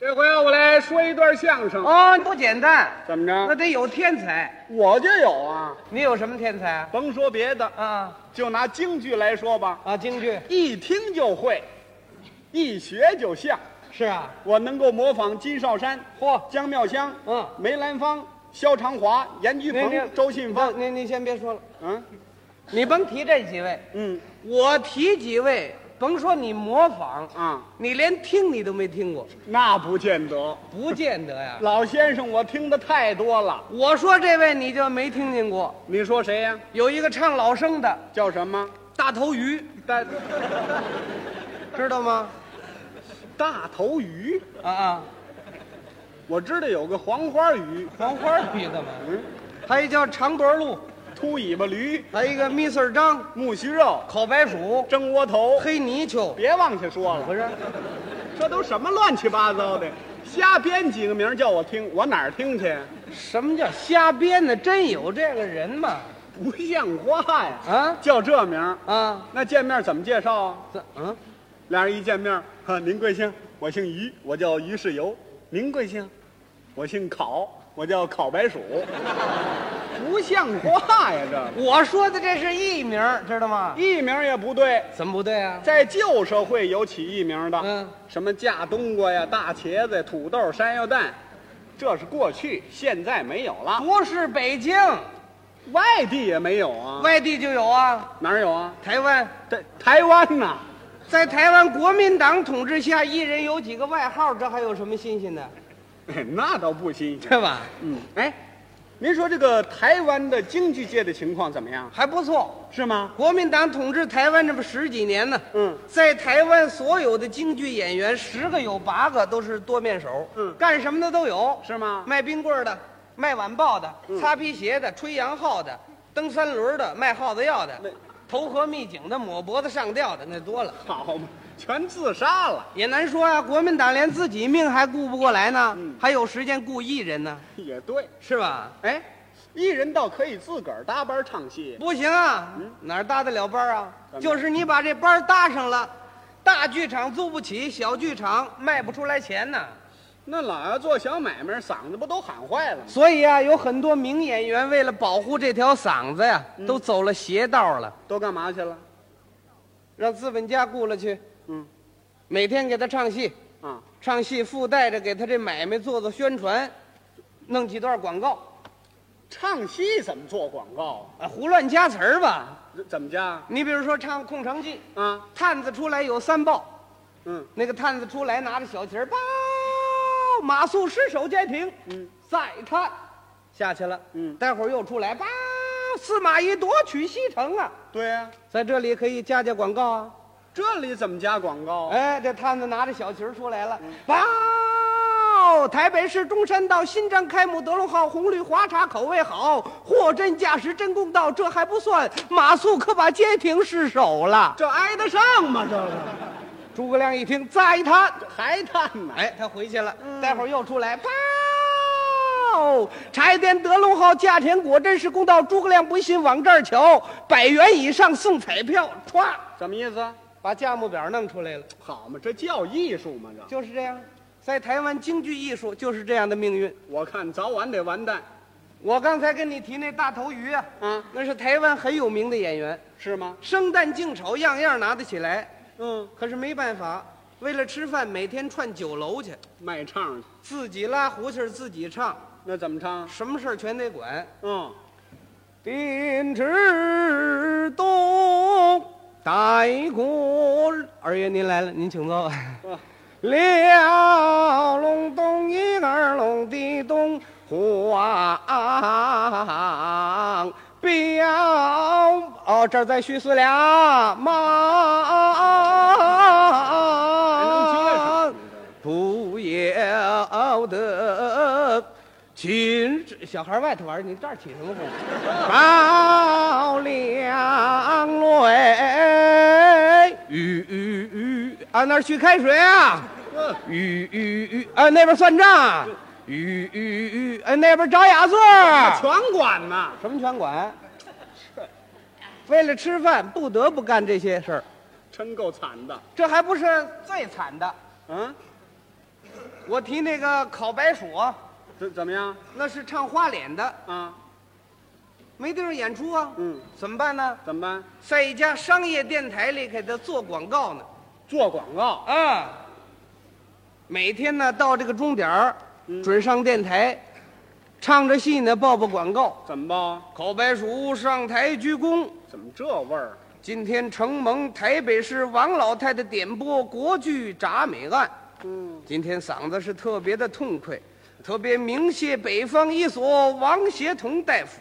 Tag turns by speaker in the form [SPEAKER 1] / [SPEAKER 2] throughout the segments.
[SPEAKER 1] 这回啊我来说一段相声，
[SPEAKER 2] 哦，不简单，
[SPEAKER 1] 怎么
[SPEAKER 2] 那
[SPEAKER 1] 着？
[SPEAKER 2] 得有天才。
[SPEAKER 1] 我就有啊！
[SPEAKER 2] 你有什么天才啊？
[SPEAKER 1] 甭说别的，
[SPEAKER 2] 啊
[SPEAKER 1] 就拿京剧来说吧，
[SPEAKER 2] 啊，京剧
[SPEAKER 1] 一听就会，一学就像。
[SPEAKER 2] 是啊，
[SPEAKER 1] 我能够模仿金少山、
[SPEAKER 2] 嚯，
[SPEAKER 1] 姜妙香、
[SPEAKER 2] 嗯
[SPEAKER 1] 梅兰芳、萧长华、严菊
[SPEAKER 2] 您您
[SPEAKER 1] 鹏、周信芳。
[SPEAKER 2] 您您先别说了，
[SPEAKER 1] 嗯
[SPEAKER 2] 你甭提这几位，
[SPEAKER 1] 嗯
[SPEAKER 2] 我提几位，甭说你模仿，
[SPEAKER 1] 啊，
[SPEAKER 2] 你连听你都没听过，
[SPEAKER 1] 那不见得。
[SPEAKER 2] 不见得呀。
[SPEAKER 1] 老先生，我听的太多了。
[SPEAKER 2] 我说这位你就没听见过，
[SPEAKER 1] 你说谁呀、
[SPEAKER 2] 有一个唱老生的
[SPEAKER 1] 叫什么？
[SPEAKER 2] 大头鱼，
[SPEAKER 1] 大
[SPEAKER 2] 知道吗？
[SPEAKER 1] 大头鱼。
[SPEAKER 2] 啊啊，
[SPEAKER 1] 我知道有个黄花鱼，
[SPEAKER 2] 黄花鱼干嘛？
[SPEAKER 1] 嗯，
[SPEAKER 2] 还有一叫长脖鹿，
[SPEAKER 1] 秃尾巴驴，
[SPEAKER 2] 还有一个 Mr 张，
[SPEAKER 1] 木须肉，
[SPEAKER 2] 烤白薯，
[SPEAKER 1] 蒸窝头。
[SPEAKER 2] 黑泥鳅，
[SPEAKER 1] 别往下说了，
[SPEAKER 2] 不是？
[SPEAKER 1] 这都什么乱七八糟的，瞎编几个名儿叫我听，我哪儿听去？
[SPEAKER 2] 什么叫瞎编的？真有这个人吗？
[SPEAKER 1] 不像话呀！
[SPEAKER 2] 啊
[SPEAKER 1] 叫这名儿，
[SPEAKER 2] 啊，
[SPEAKER 1] 那见面怎么介绍啊？
[SPEAKER 2] 这嗯，
[SPEAKER 1] 俩人一见面，哈，您贵姓？我姓于，我叫于世友。您贵姓？我姓烤，我叫烤白薯。 不像话呀，这
[SPEAKER 2] 我说的这是艺名，知道吗？
[SPEAKER 1] 艺名也不对，
[SPEAKER 2] 怎么不对啊？
[SPEAKER 1] 在旧社会有起艺名的，
[SPEAKER 2] 嗯，
[SPEAKER 1] 什么架冬瓜呀、大茄子呀、土豆、山药蛋，这是过去，现在没有了，
[SPEAKER 2] 不是北京，
[SPEAKER 1] 外地也没有啊，
[SPEAKER 2] 外地就有啊，
[SPEAKER 1] 哪儿有啊？
[SPEAKER 2] 台湾。
[SPEAKER 1] 台台湾呐、
[SPEAKER 2] 在台湾国民党统治下，一人有几个外号，这还有什么新鲜的？
[SPEAKER 1] 哎那倒不新鲜。
[SPEAKER 2] 对吧？
[SPEAKER 1] 嗯，哎，您说这个台湾的京剧界的情况怎么样？
[SPEAKER 2] 还不错。
[SPEAKER 1] 是吗？
[SPEAKER 2] 国民党统治台湾这么十几年呢，
[SPEAKER 1] 嗯，
[SPEAKER 2] 在台湾所有的京剧演员，十个有八个都是多面手，
[SPEAKER 1] 嗯
[SPEAKER 2] 干什么的都有，
[SPEAKER 1] 是吗？
[SPEAKER 2] 啊卖冰棍儿的，卖晚报的，
[SPEAKER 1] 嗯
[SPEAKER 2] 擦皮鞋的，吹洋号的，蹬三轮的，卖耗子药的
[SPEAKER 1] 那，
[SPEAKER 2] 投河秘井的，抹脖子上吊的，那多了。
[SPEAKER 1] 好嘛，全自杀了，
[SPEAKER 2] 也难说呀、国民党连自己命还顾不过来呢，
[SPEAKER 1] 嗯
[SPEAKER 2] 还有时间顾艺人呢，
[SPEAKER 1] 也对。
[SPEAKER 2] 是吧？
[SPEAKER 1] 哎，艺人倒可以自个儿搭班唱戏，
[SPEAKER 2] 不行啊，哪儿搭得了班儿啊
[SPEAKER 1] 嗯怎？么
[SPEAKER 2] 就是你把这班儿搭上了，大剧场租不起，小剧场卖不出来钱呢。
[SPEAKER 1] 那老要做小买卖，嗓子不都喊坏了吗？
[SPEAKER 2] 所以啊，有很多名演员为了保护这条嗓子呀、
[SPEAKER 1] 嗯
[SPEAKER 2] 都走了邪道了，
[SPEAKER 1] 都干嘛去了？
[SPEAKER 2] 让资本家雇了去，
[SPEAKER 1] 嗯，
[SPEAKER 2] 每天给他唱戏，
[SPEAKER 1] 啊，
[SPEAKER 2] 唱戏附带着给他这买卖做做宣传，弄几段广告，
[SPEAKER 1] 唱戏怎么做广告
[SPEAKER 2] 啊，胡乱加词儿吧。
[SPEAKER 1] 啊？怎么加
[SPEAKER 2] 你比如说唱《空城计》，
[SPEAKER 1] 啊？
[SPEAKER 2] 探子出来有三报，
[SPEAKER 1] 嗯，
[SPEAKER 2] 那个探子出来拿着小旗儿，报马谡失守街亭，
[SPEAKER 1] 嗯，
[SPEAKER 2] 再探下去了，
[SPEAKER 1] 嗯
[SPEAKER 2] 待会儿又出来，报司马懿夺取西城啊，
[SPEAKER 1] 对呀、
[SPEAKER 2] 在这里可以加加广告啊。
[SPEAKER 1] 这里怎么加广告？
[SPEAKER 2] 哎，这探子拿着小旗儿出来了，报台北市中山道新张开幕德龙号红绿华茶口味好，货真价实真公道，这还不算，马谡可把街亭失守了。
[SPEAKER 1] 这挨得上吗？这个
[SPEAKER 2] 诸葛亮一听，再探。
[SPEAKER 1] 还叹呢？
[SPEAKER 2] 哎，他回去了，待会儿又出来，报柴店德龙号价钱果真是公道，诸葛亮不信往这儿瞧，百元以上送彩票，歘，
[SPEAKER 1] 什么意思啊？
[SPEAKER 2] 把价目表弄出来了，
[SPEAKER 1] 好嘛，这叫艺术嘛？这
[SPEAKER 2] 就是这样，在台湾京剧艺术就是这样的命运。
[SPEAKER 1] 我看早晚得完蛋
[SPEAKER 2] 我刚才跟你提那大头鱼啊，
[SPEAKER 1] 啊？
[SPEAKER 2] 那是台湾很有名的演员，
[SPEAKER 1] 是吗？
[SPEAKER 2] 生旦净丑样样拿得起来，
[SPEAKER 1] 嗯，
[SPEAKER 2] 可是没办法，为了吃饭每天串酒楼去，
[SPEAKER 1] 卖唱去，
[SPEAKER 2] 自己拉胡琴儿自己唱，
[SPEAKER 1] 那怎么唱？
[SPEAKER 2] 什么事儿全得管。
[SPEAKER 1] 嗯，
[SPEAKER 2] 丁之东，待过二爷您来了，您请坐。
[SPEAKER 1] 啊
[SPEAKER 2] 了隆咚一二隆的咚，黄标哦，这儿再续四俩
[SPEAKER 1] 还能接
[SPEAKER 2] 马
[SPEAKER 1] 上。
[SPEAKER 2] 不要得秦始小孩外头玩，你这儿起什么哄？高粱泪雨雨雨啊，那儿去开水啊！
[SPEAKER 1] 嗯
[SPEAKER 2] 雨雨雨啊，那边算账。雨雨雨啊，那边找雅字儿。
[SPEAKER 1] 全管呐。
[SPEAKER 2] 什么拳馆？为了吃饭，不得不干这些事儿。
[SPEAKER 1] 真够惨的。啊
[SPEAKER 2] 这还不是最惨的，
[SPEAKER 1] 嗯，
[SPEAKER 2] 我提那个烤白薯啊，
[SPEAKER 1] 怎怎么样
[SPEAKER 2] 那是唱花脸的，
[SPEAKER 1] 啊？
[SPEAKER 2] 没地儿演出啊，
[SPEAKER 1] 嗯，
[SPEAKER 2] 怎么办呢？
[SPEAKER 1] 怎么办？
[SPEAKER 2] 在一家商业电台里给他做广告呢，
[SPEAKER 1] 做广告，
[SPEAKER 2] 啊，每天呢到这个钟点儿，准上电台，唱着戏呢报报广告。
[SPEAKER 1] 怎么报？
[SPEAKER 2] 烤白薯上台鞠躬，
[SPEAKER 1] 怎么这味儿？
[SPEAKER 2] 今天承蒙台北市王老太太点播国剧《铡美案》。
[SPEAKER 1] 嗯，
[SPEAKER 2] 今天嗓子是特别的痛快，特别鸣谢北方一所王协同大夫。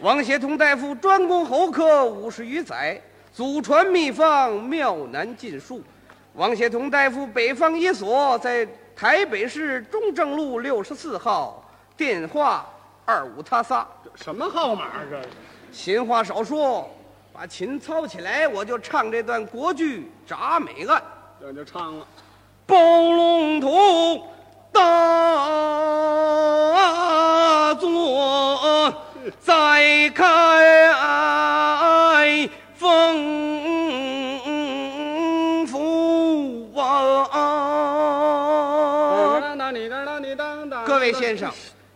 [SPEAKER 2] 王协同大夫专攻喉科五十余载，祖传秘方妙难尽述。王协同大夫北方一所在台北市中正路六十四号，电话二五他仨。
[SPEAKER 1] 这什么号码啊这是？
[SPEAKER 2] 闲话少说，把琴操起来，我就唱这段国剧《铡美案》。
[SPEAKER 1] 这就唱了。
[SPEAKER 2] 包龙图大作再开丰富啊！
[SPEAKER 1] 当你当当你当当。
[SPEAKER 2] 各位先生，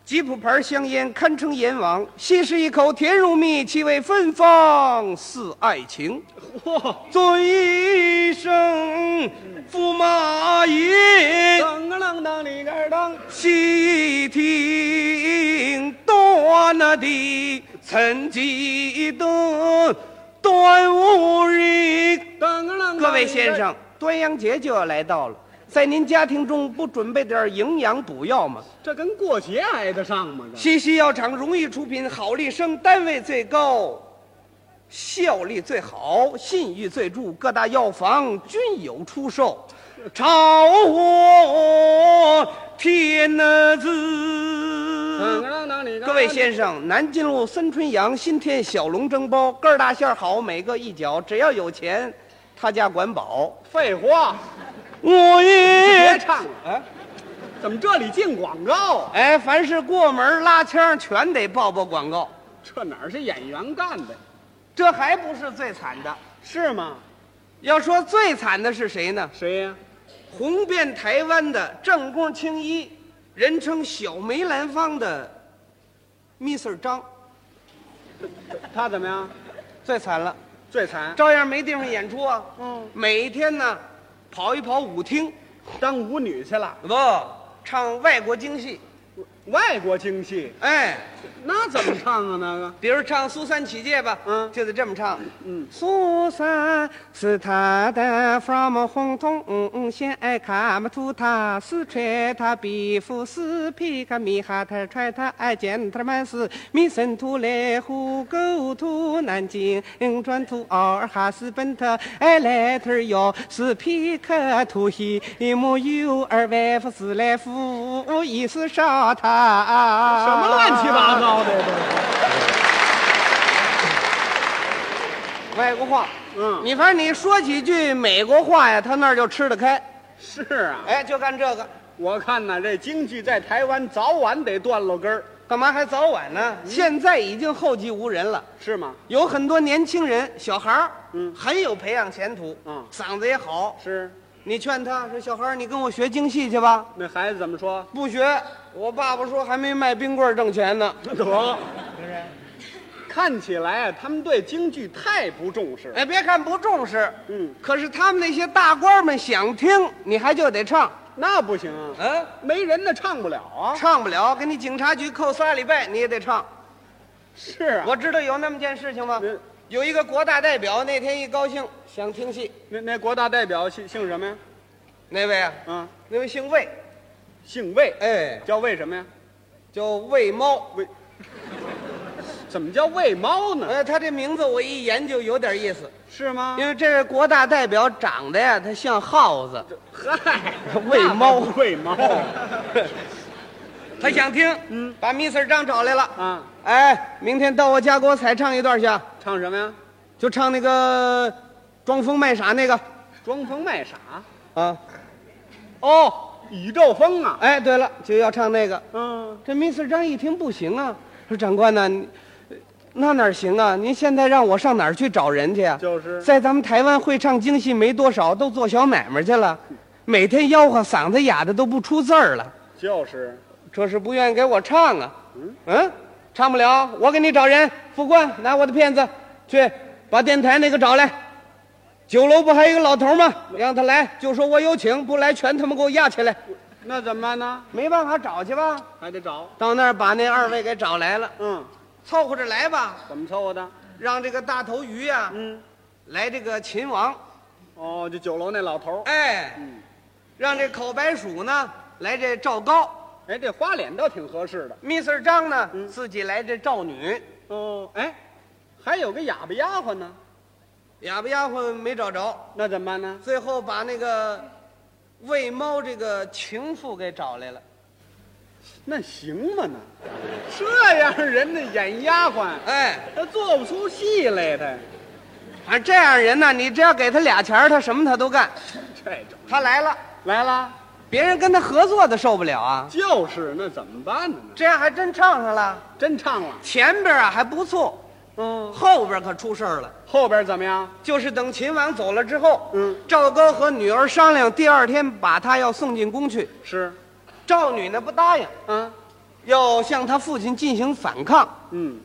[SPEAKER 2] 吉普牌香烟堪称阎王，吸食一口甜如蜜，气味芬芳似爱情。
[SPEAKER 1] 嚯，
[SPEAKER 2] 醉生驸马爷，
[SPEAKER 1] 当个啷当里个当，
[SPEAKER 2] 细听端那的曾记得端午日。
[SPEAKER 1] 当个啷当里个。
[SPEAKER 2] 各位先生，端阳节就要来到了，在您家庭中不准备点营养补药吗？
[SPEAKER 1] 这跟过节挨得上吗？这
[SPEAKER 2] 西西药厂荣誉出品，好利生单位最高，效力最好，信誉最著，各大药房均有出售。朝我天
[SPEAKER 1] 当个
[SPEAKER 2] 子，
[SPEAKER 1] 啷当里个。
[SPEAKER 2] 各位先生，南京路三春阳新添小笼蒸包，个儿大馅儿好，每个一角，只要有钱，他家管饱。
[SPEAKER 1] 废话，
[SPEAKER 2] 我也
[SPEAKER 1] 别唱了。
[SPEAKER 2] 哎
[SPEAKER 1] 怎么这里进广告啊？
[SPEAKER 2] 哎，凡是过门拉腔，全得报报广告。
[SPEAKER 1] 这哪儿是演员干的？
[SPEAKER 2] 这还不是最惨的。
[SPEAKER 1] 是吗？
[SPEAKER 2] 要说最惨的是谁呢？
[SPEAKER 1] 谁呀、
[SPEAKER 2] 红遍台湾的正宫青衣，人称小梅兰芳的 Mr 张，
[SPEAKER 1] 他怎么样？
[SPEAKER 2] 最惨了，
[SPEAKER 1] 最惨，
[SPEAKER 2] 照样没地方演出啊。
[SPEAKER 1] 嗯，
[SPEAKER 2] 每天呢，跑一跑舞厅，
[SPEAKER 1] 当舞女去了。
[SPEAKER 2] 不唱外国京戏，
[SPEAKER 1] 外国京戏，
[SPEAKER 2] 哎，
[SPEAKER 1] 那怎么唱啊？那个
[SPEAKER 2] 比如唱《苏三起解》吧，
[SPEAKER 1] 嗯
[SPEAKER 2] 就得这么唱，
[SPEAKER 1] 嗯，
[SPEAKER 2] 苏三是他的 from 红通嗯嗯县爱卡嘛图他四川他比夫斯皮卡米哈特川他爱见他们是米森图来湖沟图南京嗯转图奥尔哈斯本特哎爱来特哟斯皮克图西木有二外夫斯来夫伊斯沙他
[SPEAKER 1] 什么乱七八糟的呀？
[SPEAKER 2] 外国话。
[SPEAKER 1] 嗯
[SPEAKER 2] 你反正你说几句美国话呀，他那儿就吃得开。
[SPEAKER 1] 这是啊，
[SPEAKER 2] 哎，就干这个，
[SPEAKER 1] 我看呐、这京剧在台湾早晚得断了根儿，
[SPEAKER 2] 干嘛还早晚呢？现在已经后继无人了，
[SPEAKER 1] 是吗？
[SPEAKER 2] 有很多年轻人、小孩儿，
[SPEAKER 1] 嗯
[SPEAKER 2] 很有培养前途，
[SPEAKER 1] 嗯
[SPEAKER 2] 嗓子也好。
[SPEAKER 1] 是。
[SPEAKER 2] 你劝他说：“小孩儿，你跟我学京戏去吧。
[SPEAKER 1] 那孩子怎么 说”？
[SPEAKER 2] 不学，我爸爸说还没卖冰棍儿挣钱呢。
[SPEAKER 1] 得， 看起来啊他们对京剧太不重视。
[SPEAKER 2] 哎，别看不重视，
[SPEAKER 1] 嗯，
[SPEAKER 2] 可是他们那些大官儿们想听，你还就得唱，
[SPEAKER 1] 那不行啊，
[SPEAKER 2] 嗯，
[SPEAKER 1] 没人那唱不了啊。
[SPEAKER 2] 唱不了，给你警察局扣仨礼拜，你也得唱。
[SPEAKER 1] 是啊，
[SPEAKER 2] 我知道有那么件事情吗
[SPEAKER 1] 嗯？
[SPEAKER 2] 有一个国大代表那天一高兴想听戏，
[SPEAKER 1] 那那国大代表姓姓什么呀？
[SPEAKER 2] 那位啊，
[SPEAKER 1] 啊，
[SPEAKER 2] 那位姓魏，
[SPEAKER 1] 姓魏，
[SPEAKER 2] 哎，
[SPEAKER 1] 叫魏什么呀？
[SPEAKER 2] 叫魏猫。
[SPEAKER 1] 魏，怎么叫魏猫呢？
[SPEAKER 2] 呃，他这名字我一研究有点意思，
[SPEAKER 1] 是吗？
[SPEAKER 2] 因为这位国大代表长得呀，他像耗子，
[SPEAKER 1] 嗨，
[SPEAKER 2] 喂猫
[SPEAKER 1] 喂 猫
[SPEAKER 2] 他想听，
[SPEAKER 1] 嗯，
[SPEAKER 2] 把 Mr 张找来了，
[SPEAKER 1] 啊，
[SPEAKER 2] 哎，明天到我家给我采唱一段去啊，
[SPEAKER 1] 唱什么呀？
[SPEAKER 2] 就唱那个装疯卖傻那个
[SPEAKER 1] 装疯卖傻，
[SPEAKER 2] 啊。哦，
[SPEAKER 1] 宇宙风啊！
[SPEAKER 2] 哎，对了，就要唱那个。
[SPEAKER 1] 嗯，
[SPEAKER 2] 这 Mr. 张一听不行啊，说长官呢、你呃那哪儿行啊？您现在让我上哪儿去找人去啊？
[SPEAKER 1] 就是
[SPEAKER 2] 在咱们台湾会唱京戏没多少，都做小买卖去了。每天吆喝，嗓子哑的都不出字儿了。
[SPEAKER 1] 就是
[SPEAKER 2] 这是不愿意给我唱啊。嗯，唱不了，我给你找人。副官，拿我的片子，去把电台那个找来。酒楼不还有一个老头吗？让他来，就说我有请，不来全他妈给我压起来。
[SPEAKER 1] 那怎么办呢？
[SPEAKER 2] 没办法，找去吧。
[SPEAKER 1] 还得找。
[SPEAKER 2] 到那儿把那二位给找来了，
[SPEAKER 1] 嗯，
[SPEAKER 2] 凑合着来吧，
[SPEAKER 1] 怎么凑合的？
[SPEAKER 2] 让这个大头鱼呀、
[SPEAKER 1] 嗯，
[SPEAKER 2] 来这个秦王，
[SPEAKER 1] 哦，就酒楼那老头儿。
[SPEAKER 2] 哎，让这烤白薯呢来这赵高
[SPEAKER 1] 哎，这花脸倒挺合适的。
[SPEAKER 2] ，Mr 张呢、自己来这赵女，
[SPEAKER 1] 哦，哎，还有个哑巴丫鬟呢，
[SPEAKER 2] 哑巴丫鬟没找着，
[SPEAKER 1] 那怎么办呢？
[SPEAKER 2] 最后把那个喂猫这个情妇给找来了，
[SPEAKER 1] 那行吗？呢，这样人家演丫鬟，
[SPEAKER 2] 哎，
[SPEAKER 1] 他做不出戏来的。
[SPEAKER 2] 反正这样人呢，你只要给他俩钱儿，他什么他都干。
[SPEAKER 1] 这种
[SPEAKER 2] 他来了，
[SPEAKER 1] 来了，
[SPEAKER 2] 别人跟他合作的受不了啊，
[SPEAKER 1] 就是那怎么办呢？
[SPEAKER 2] 这样还真唱上了。
[SPEAKER 1] 真唱了，
[SPEAKER 2] 前边啊还不错，
[SPEAKER 1] 嗯，
[SPEAKER 2] 后边可出事儿了。
[SPEAKER 1] 后边怎么样？
[SPEAKER 2] 就是等秦王走了之后，
[SPEAKER 1] 嗯，
[SPEAKER 2] 赵高和女儿商量，第二天把他要送进宫去。
[SPEAKER 1] 是，
[SPEAKER 2] 赵女呢不答应，
[SPEAKER 1] 啊，
[SPEAKER 2] 要向他父亲进行反抗。
[SPEAKER 1] 嗯，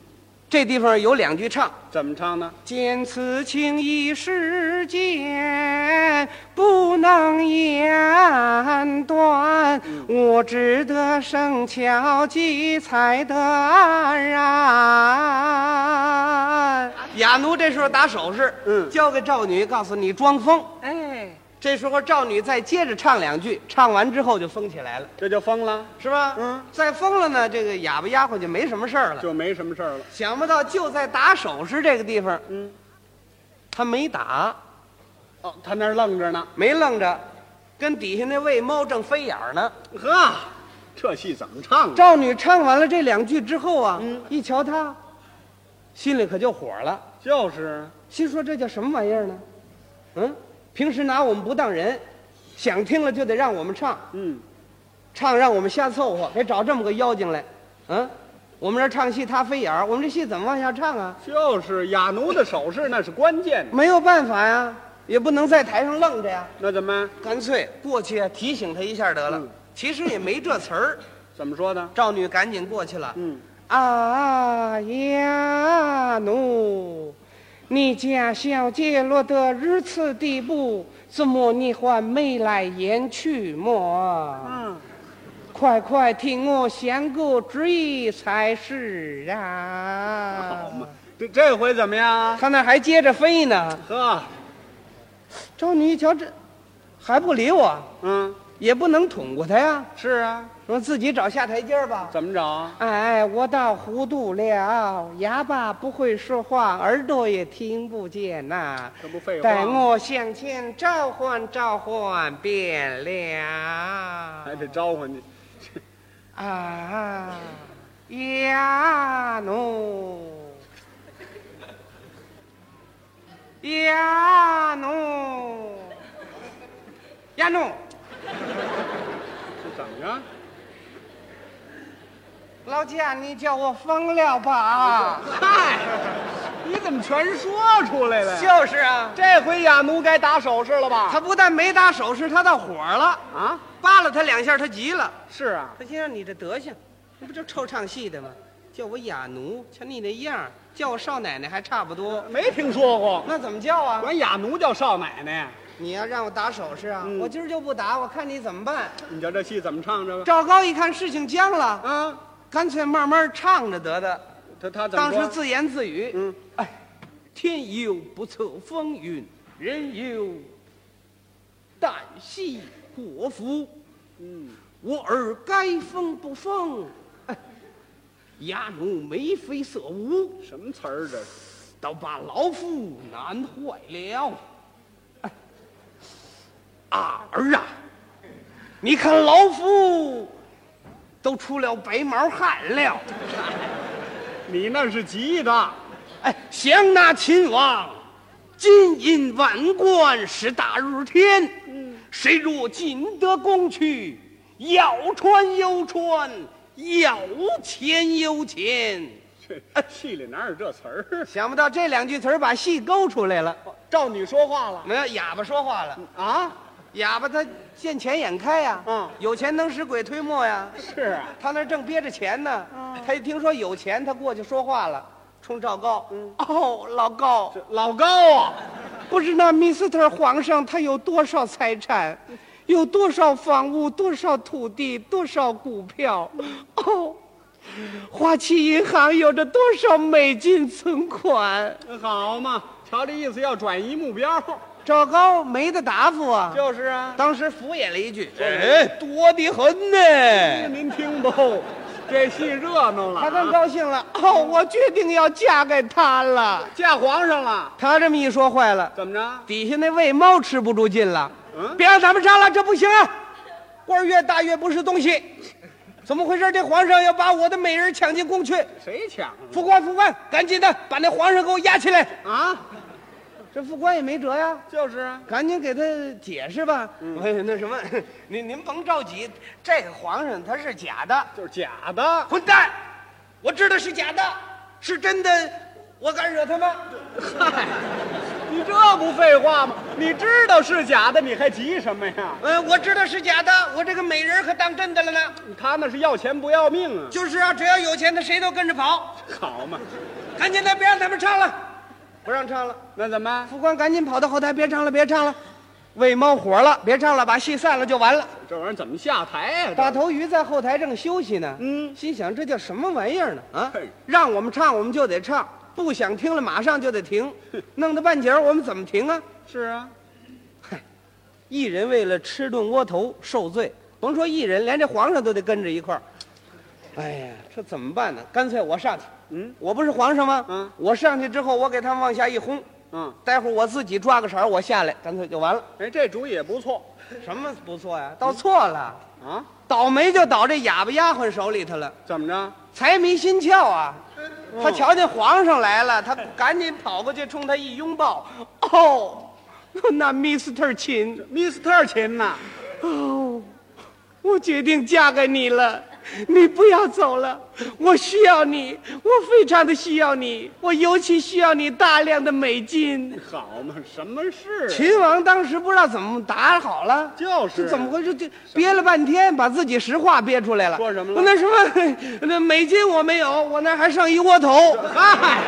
[SPEAKER 2] 这地方有两句唱：
[SPEAKER 1] 怎么唱呢？
[SPEAKER 2] 见此情一时间，不能言断。我只得生巧计，才得安然。雅奴这时候打手势，
[SPEAKER 1] 嗯
[SPEAKER 2] 交给赵女，告诉你装疯。
[SPEAKER 1] 哎，
[SPEAKER 2] 这时候赵女再接着唱两句，唱完之后就疯起来了，
[SPEAKER 1] 这就疯了，
[SPEAKER 2] 是吧？
[SPEAKER 1] 嗯，
[SPEAKER 2] 再疯了呢，这个哑巴丫鬟就没什么事儿了。
[SPEAKER 1] 就没什么事儿了。
[SPEAKER 2] 想不到就在打手势这个地方，
[SPEAKER 1] 嗯，
[SPEAKER 2] 他没打，
[SPEAKER 1] 哦，他那儿愣着呢。
[SPEAKER 2] 没愣着，跟底下那喂猫正飞眼儿呢。
[SPEAKER 1] 呵，这戏怎么唱啊？
[SPEAKER 2] 赵女唱完了这两句之后啊，一瞧他，心里可就火了，
[SPEAKER 1] 就是，
[SPEAKER 2] 心说这叫什么玩意儿呢？嗯，平时拿我们不当人，想听了就得让我们唱，
[SPEAKER 1] 嗯，
[SPEAKER 2] 唱让我们瞎凑合，给找这么个妖精来，嗯，我们这儿唱戏他飞眼儿，我们这戏怎么往下唱啊？
[SPEAKER 1] 就是雅奴的手势那是关键的。
[SPEAKER 2] 没有办法呀，也不能在台上愣着呀，
[SPEAKER 1] 那怎么办？
[SPEAKER 2] 干脆过去啊提醒他一下得了。
[SPEAKER 1] 嗯
[SPEAKER 2] 其实也没这词儿，
[SPEAKER 1] 怎么说呢？
[SPEAKER 2] 赵女赶紧过去了。
[SPEAKER 1] 嗯，
[SPEAKER 2] 啊呀奴，你家小姐落得如此地步，怎么你还眉来眼去么？
[SPEAKER 1] 嗯，
[SPEAKER 2] 快快听我想个主意才是啊
[SPEAKER 1] 好！嘛，这这回怎么样啊？
[SPEAKER 2] 他那还接着飞呢。
[SPEAKER 1] 呵，
[SPEAKER 2] 赵女一瞧这，还不理我，
[SPEAKER 1] 嗯，
[SPEAKER 2] 也不能捅过他呀，
[SPEAKER 1] 是啊，
[SPEAKER 2] 说自己找下台阶儿吧。
[SPEAKER 1] 怎么找啊？
[SPEAKER 2] 哎，我倒糊涂了，哑巴不会说话，耳朵也听不见呐、
[SPEAKER 1] 这不废
[SPEAKER 2] 待
[SPEAKER 1] 话吗？
[SPEAKER 2] 我向前召唤召唤变了。
[SPEAKER 1] 还得招呼你。
[SPEAKER 2] 啊，呀奴，呀奴，呀奴，
[SPEAKER 1] 这怎么着？
[SPEAKER 2] 老家你叫我疯了吧？
[SPEAKER 1] 嗨， 你怎么全说出来了呀？
[SPEAKER 2] 就是啊，
[SPEAKER 1] 这回雅奴该打手势了吧？
[SPEAKER 2] 他不但没打手势，他倒火了，
[SPEAKER 1] 啊，
[SPEAKER 2] 扒拉他两下，他急了。
[SPEAKER 1] 是啊，
[SPEAKER 2] 他先生，你这德行，你不就臭唱戏的吗？叫我哑奴，瞧你那样儿，叫我少奶奶还差不多。
[SPEAKER 1] 没听说过，
[SPEAKER 2] 那怎么叫啊？
[SPEAKER 1] 管雅奴叫少奶奶，
[SPEAKER 2] 你要让我打手势啊，
[SPEAKER 1] 嗯
[SPEAKER 2] 我今儿就不打，我看你怎么办。
[SPEAKER 1] 你瞧这戏怎么唱这个？
[SPEAKER 2] 赵高一看事情僵了，
[SPEAKER 1] 啊，
[SPEAKER 2] 干脆慢慢唱着得的。
[SPEAKER 1] 他他怎么
[SPEAKER 2] 当时
[SPEAKER 1] 说？
[SPEAKER 2] 自言自语：“
[SPEAKER 1] 嗯，
[SPEAKER 2] 哎，天有不测风云，人有旦夕祸福。
[SPEAKER 1] 嗯，
[SPEAKER 2] 我儿该疯不疯？哎鸦奴眉飞色舞，
[SPEAKER 1] 什么词儿啊这是？
[SPEAKER 2] 倒把老夫难坏了。哎啊儿啊，你看老夫都出了白毛汗了。
[SPEAKER 1] 你那是急的，
[SPEAKER 2] 哎，降那秦王，金银万贯，是大日天。谁若进得宫去，要穿有穿，要钱有钱。
[SPEAKER 1] 这戏里哪有这词儿？
[SPEAKER 2] 想不到这两句词儿把戏勾出来了。
[SPEAKER 1] 照你说话了
[SPEAKER 2] 没有哑巴说话了，
[SPEAKER 1] 啊？
[SPEAKER 2] 哑巴他见钱眼开呀、
[SPEAKER 1] 嗯
[SPEAKER 2] 有钱能使鬼推磨呀。
[SPEAKER 1] 是啊，
[SPEAKER 2] 他那儿正憋着钱呢，他一听说有钱，他过去说话了，冲赵高，哦，老高，
[SPEAKER 1] 这老高啊，
[SPEAKER 2] 不知道 Mr. 皇上他有多少财产，有多少房屋，多少土地，多少股票，哦，花旗银行有着多少美金存款？
[SPEAKER 1] 好嘛，瞧这意思要转移目标，
[SPEAKER 2] 赵高没得答复啊，
[SPEAKER 1] 就是啊。
[SPEAKER 2] 当时敷衍了一句：“哎，多得很呢。”
[SPEAKER 1] 您听不？这戏热闹了
[SPEAKER 2] 他更
[SPEAKER 1] 啊，
[SPEAKER 2] 高兴了，哦，我决定要嫁给他了。
[SPEAKER 1] 嫁皇上了，
[SPEAKER 2] 他这么一说，坏了，
[SPEAKER 1] 怎么着？
[SPEAKER 2] 底下那喂猫吃不住劲了。
[SPEAKER 1] 嗯
[SPEAKER 2] 别让咱们杀了，这不行啊！官儿越大越不是东西，怎么回事？这皇上要把我的美人抢进宫去！
[SPEAKER 1] 谁抢了
[SPEAKER 2] 副官，副官，赶紧的把那皇上给我押起来！
[SPEAKER 1] 啊？
[SPEAKER 2] 这副官也没辙呀，
[SPEAKER 1] 就是啊，
[SPEAKER 2] 赶紧给他解释吧。嗯、那什么， 您您甭着急，这个皇上他是假的，
[SPEAKER 1] 就是假的。
[SPEAKER 2] 混蛋！我知道是假的，是真的，我敢惹他吗？
[SPEAKER 1] 嗨，你这不废话吗？你知道是假的，你还急什么呀？
[SPEAKER 2] 呃，我知道是假的，我这个美人可当真的了呢。
[SPEAKER 1] 他那是要钱不要命啊！
[SPEAKER 2] 就是啊，只要有钱，他谁都跟着跑。
[SPEAKER 1] 好嘛，
[SPEAKER 2] 赶紧的，别让他们唱了，不让唱了。
[SPEAKER 1] 那怎么？
[SPEAKER 2] 副官，赶紧跑到后台，别唱了，别唱了。喂猫火了，别唱了，把戏散了就完了。
[SPEAKER 1] 这玩意儿怎么下台啊呀、
[SPEAKER 2] 大头鱼在后台正休息呢，
[SPEAKER 1] 嗯
[SPEAKER 2] 心想这叫什么玩意儿呢？啊
[SPEAKER 1] 嘿，
[SPEAKER 2] 让我们唱我们就得唱，不想听了马上就得停，弄到半截儿我们怎么停啊？
[SPEAKER 1] 是啊，
[SPEAKER 2] 一人为了吃顿窝头受罪，甭说一人，连这皇上都得跟着一块儿。哎呀，这怎么办呢？干脆我上去。
[SPEAKER 1] 嗯
[SPEAKER 2] 我不是皇上吗？
[SPEAKER 1] 嗯
[SPEAKER 2] 我上去之后，我给他们往下一轰，
[SPEAKER 1] 嗯，
[SPEAKER 2] 待会儿我自己抓个色儿，我下来，干脆就完了。
[SPEAKER 1] 哎，这主意也不错
[SPEAKER 2] 什么不错呀？倒错了，
[SPEAKER 1] 啊。
[SPEAKER 2] 倒霉就倒这哑巴丫鬟手里头了，
[SPEAKER 1] 怎么着？
[SPEAKER 2] 财迷心窍啊！他瞧见皇上来了，他赶紧跑过去冲他一拥抱，哦，那 Mr. 秦，
[SPEAKER 1] ，Mr. 秦呐、
[SPEAKER 2] 哦，我决定嫁给你了。你不要走了，我需要你，我非常的需要你，我尤其需要你大量的美金。
[SPEAKER 1] 好嘛，什么事？啊
[SPEAKER 2] 秦王当时不知道怎么答好了，
[SPEAKER 1] 就是啊
[SPEAKER 2] 这怎么回事？这憋了半天，把自己实话憋出来了。
[SPEAKER 1] 说什么了
[SPEAKER 2] 那什么，那美金我没有，我那儿还剩一窝头。
[SPEAKER 1] 嗨，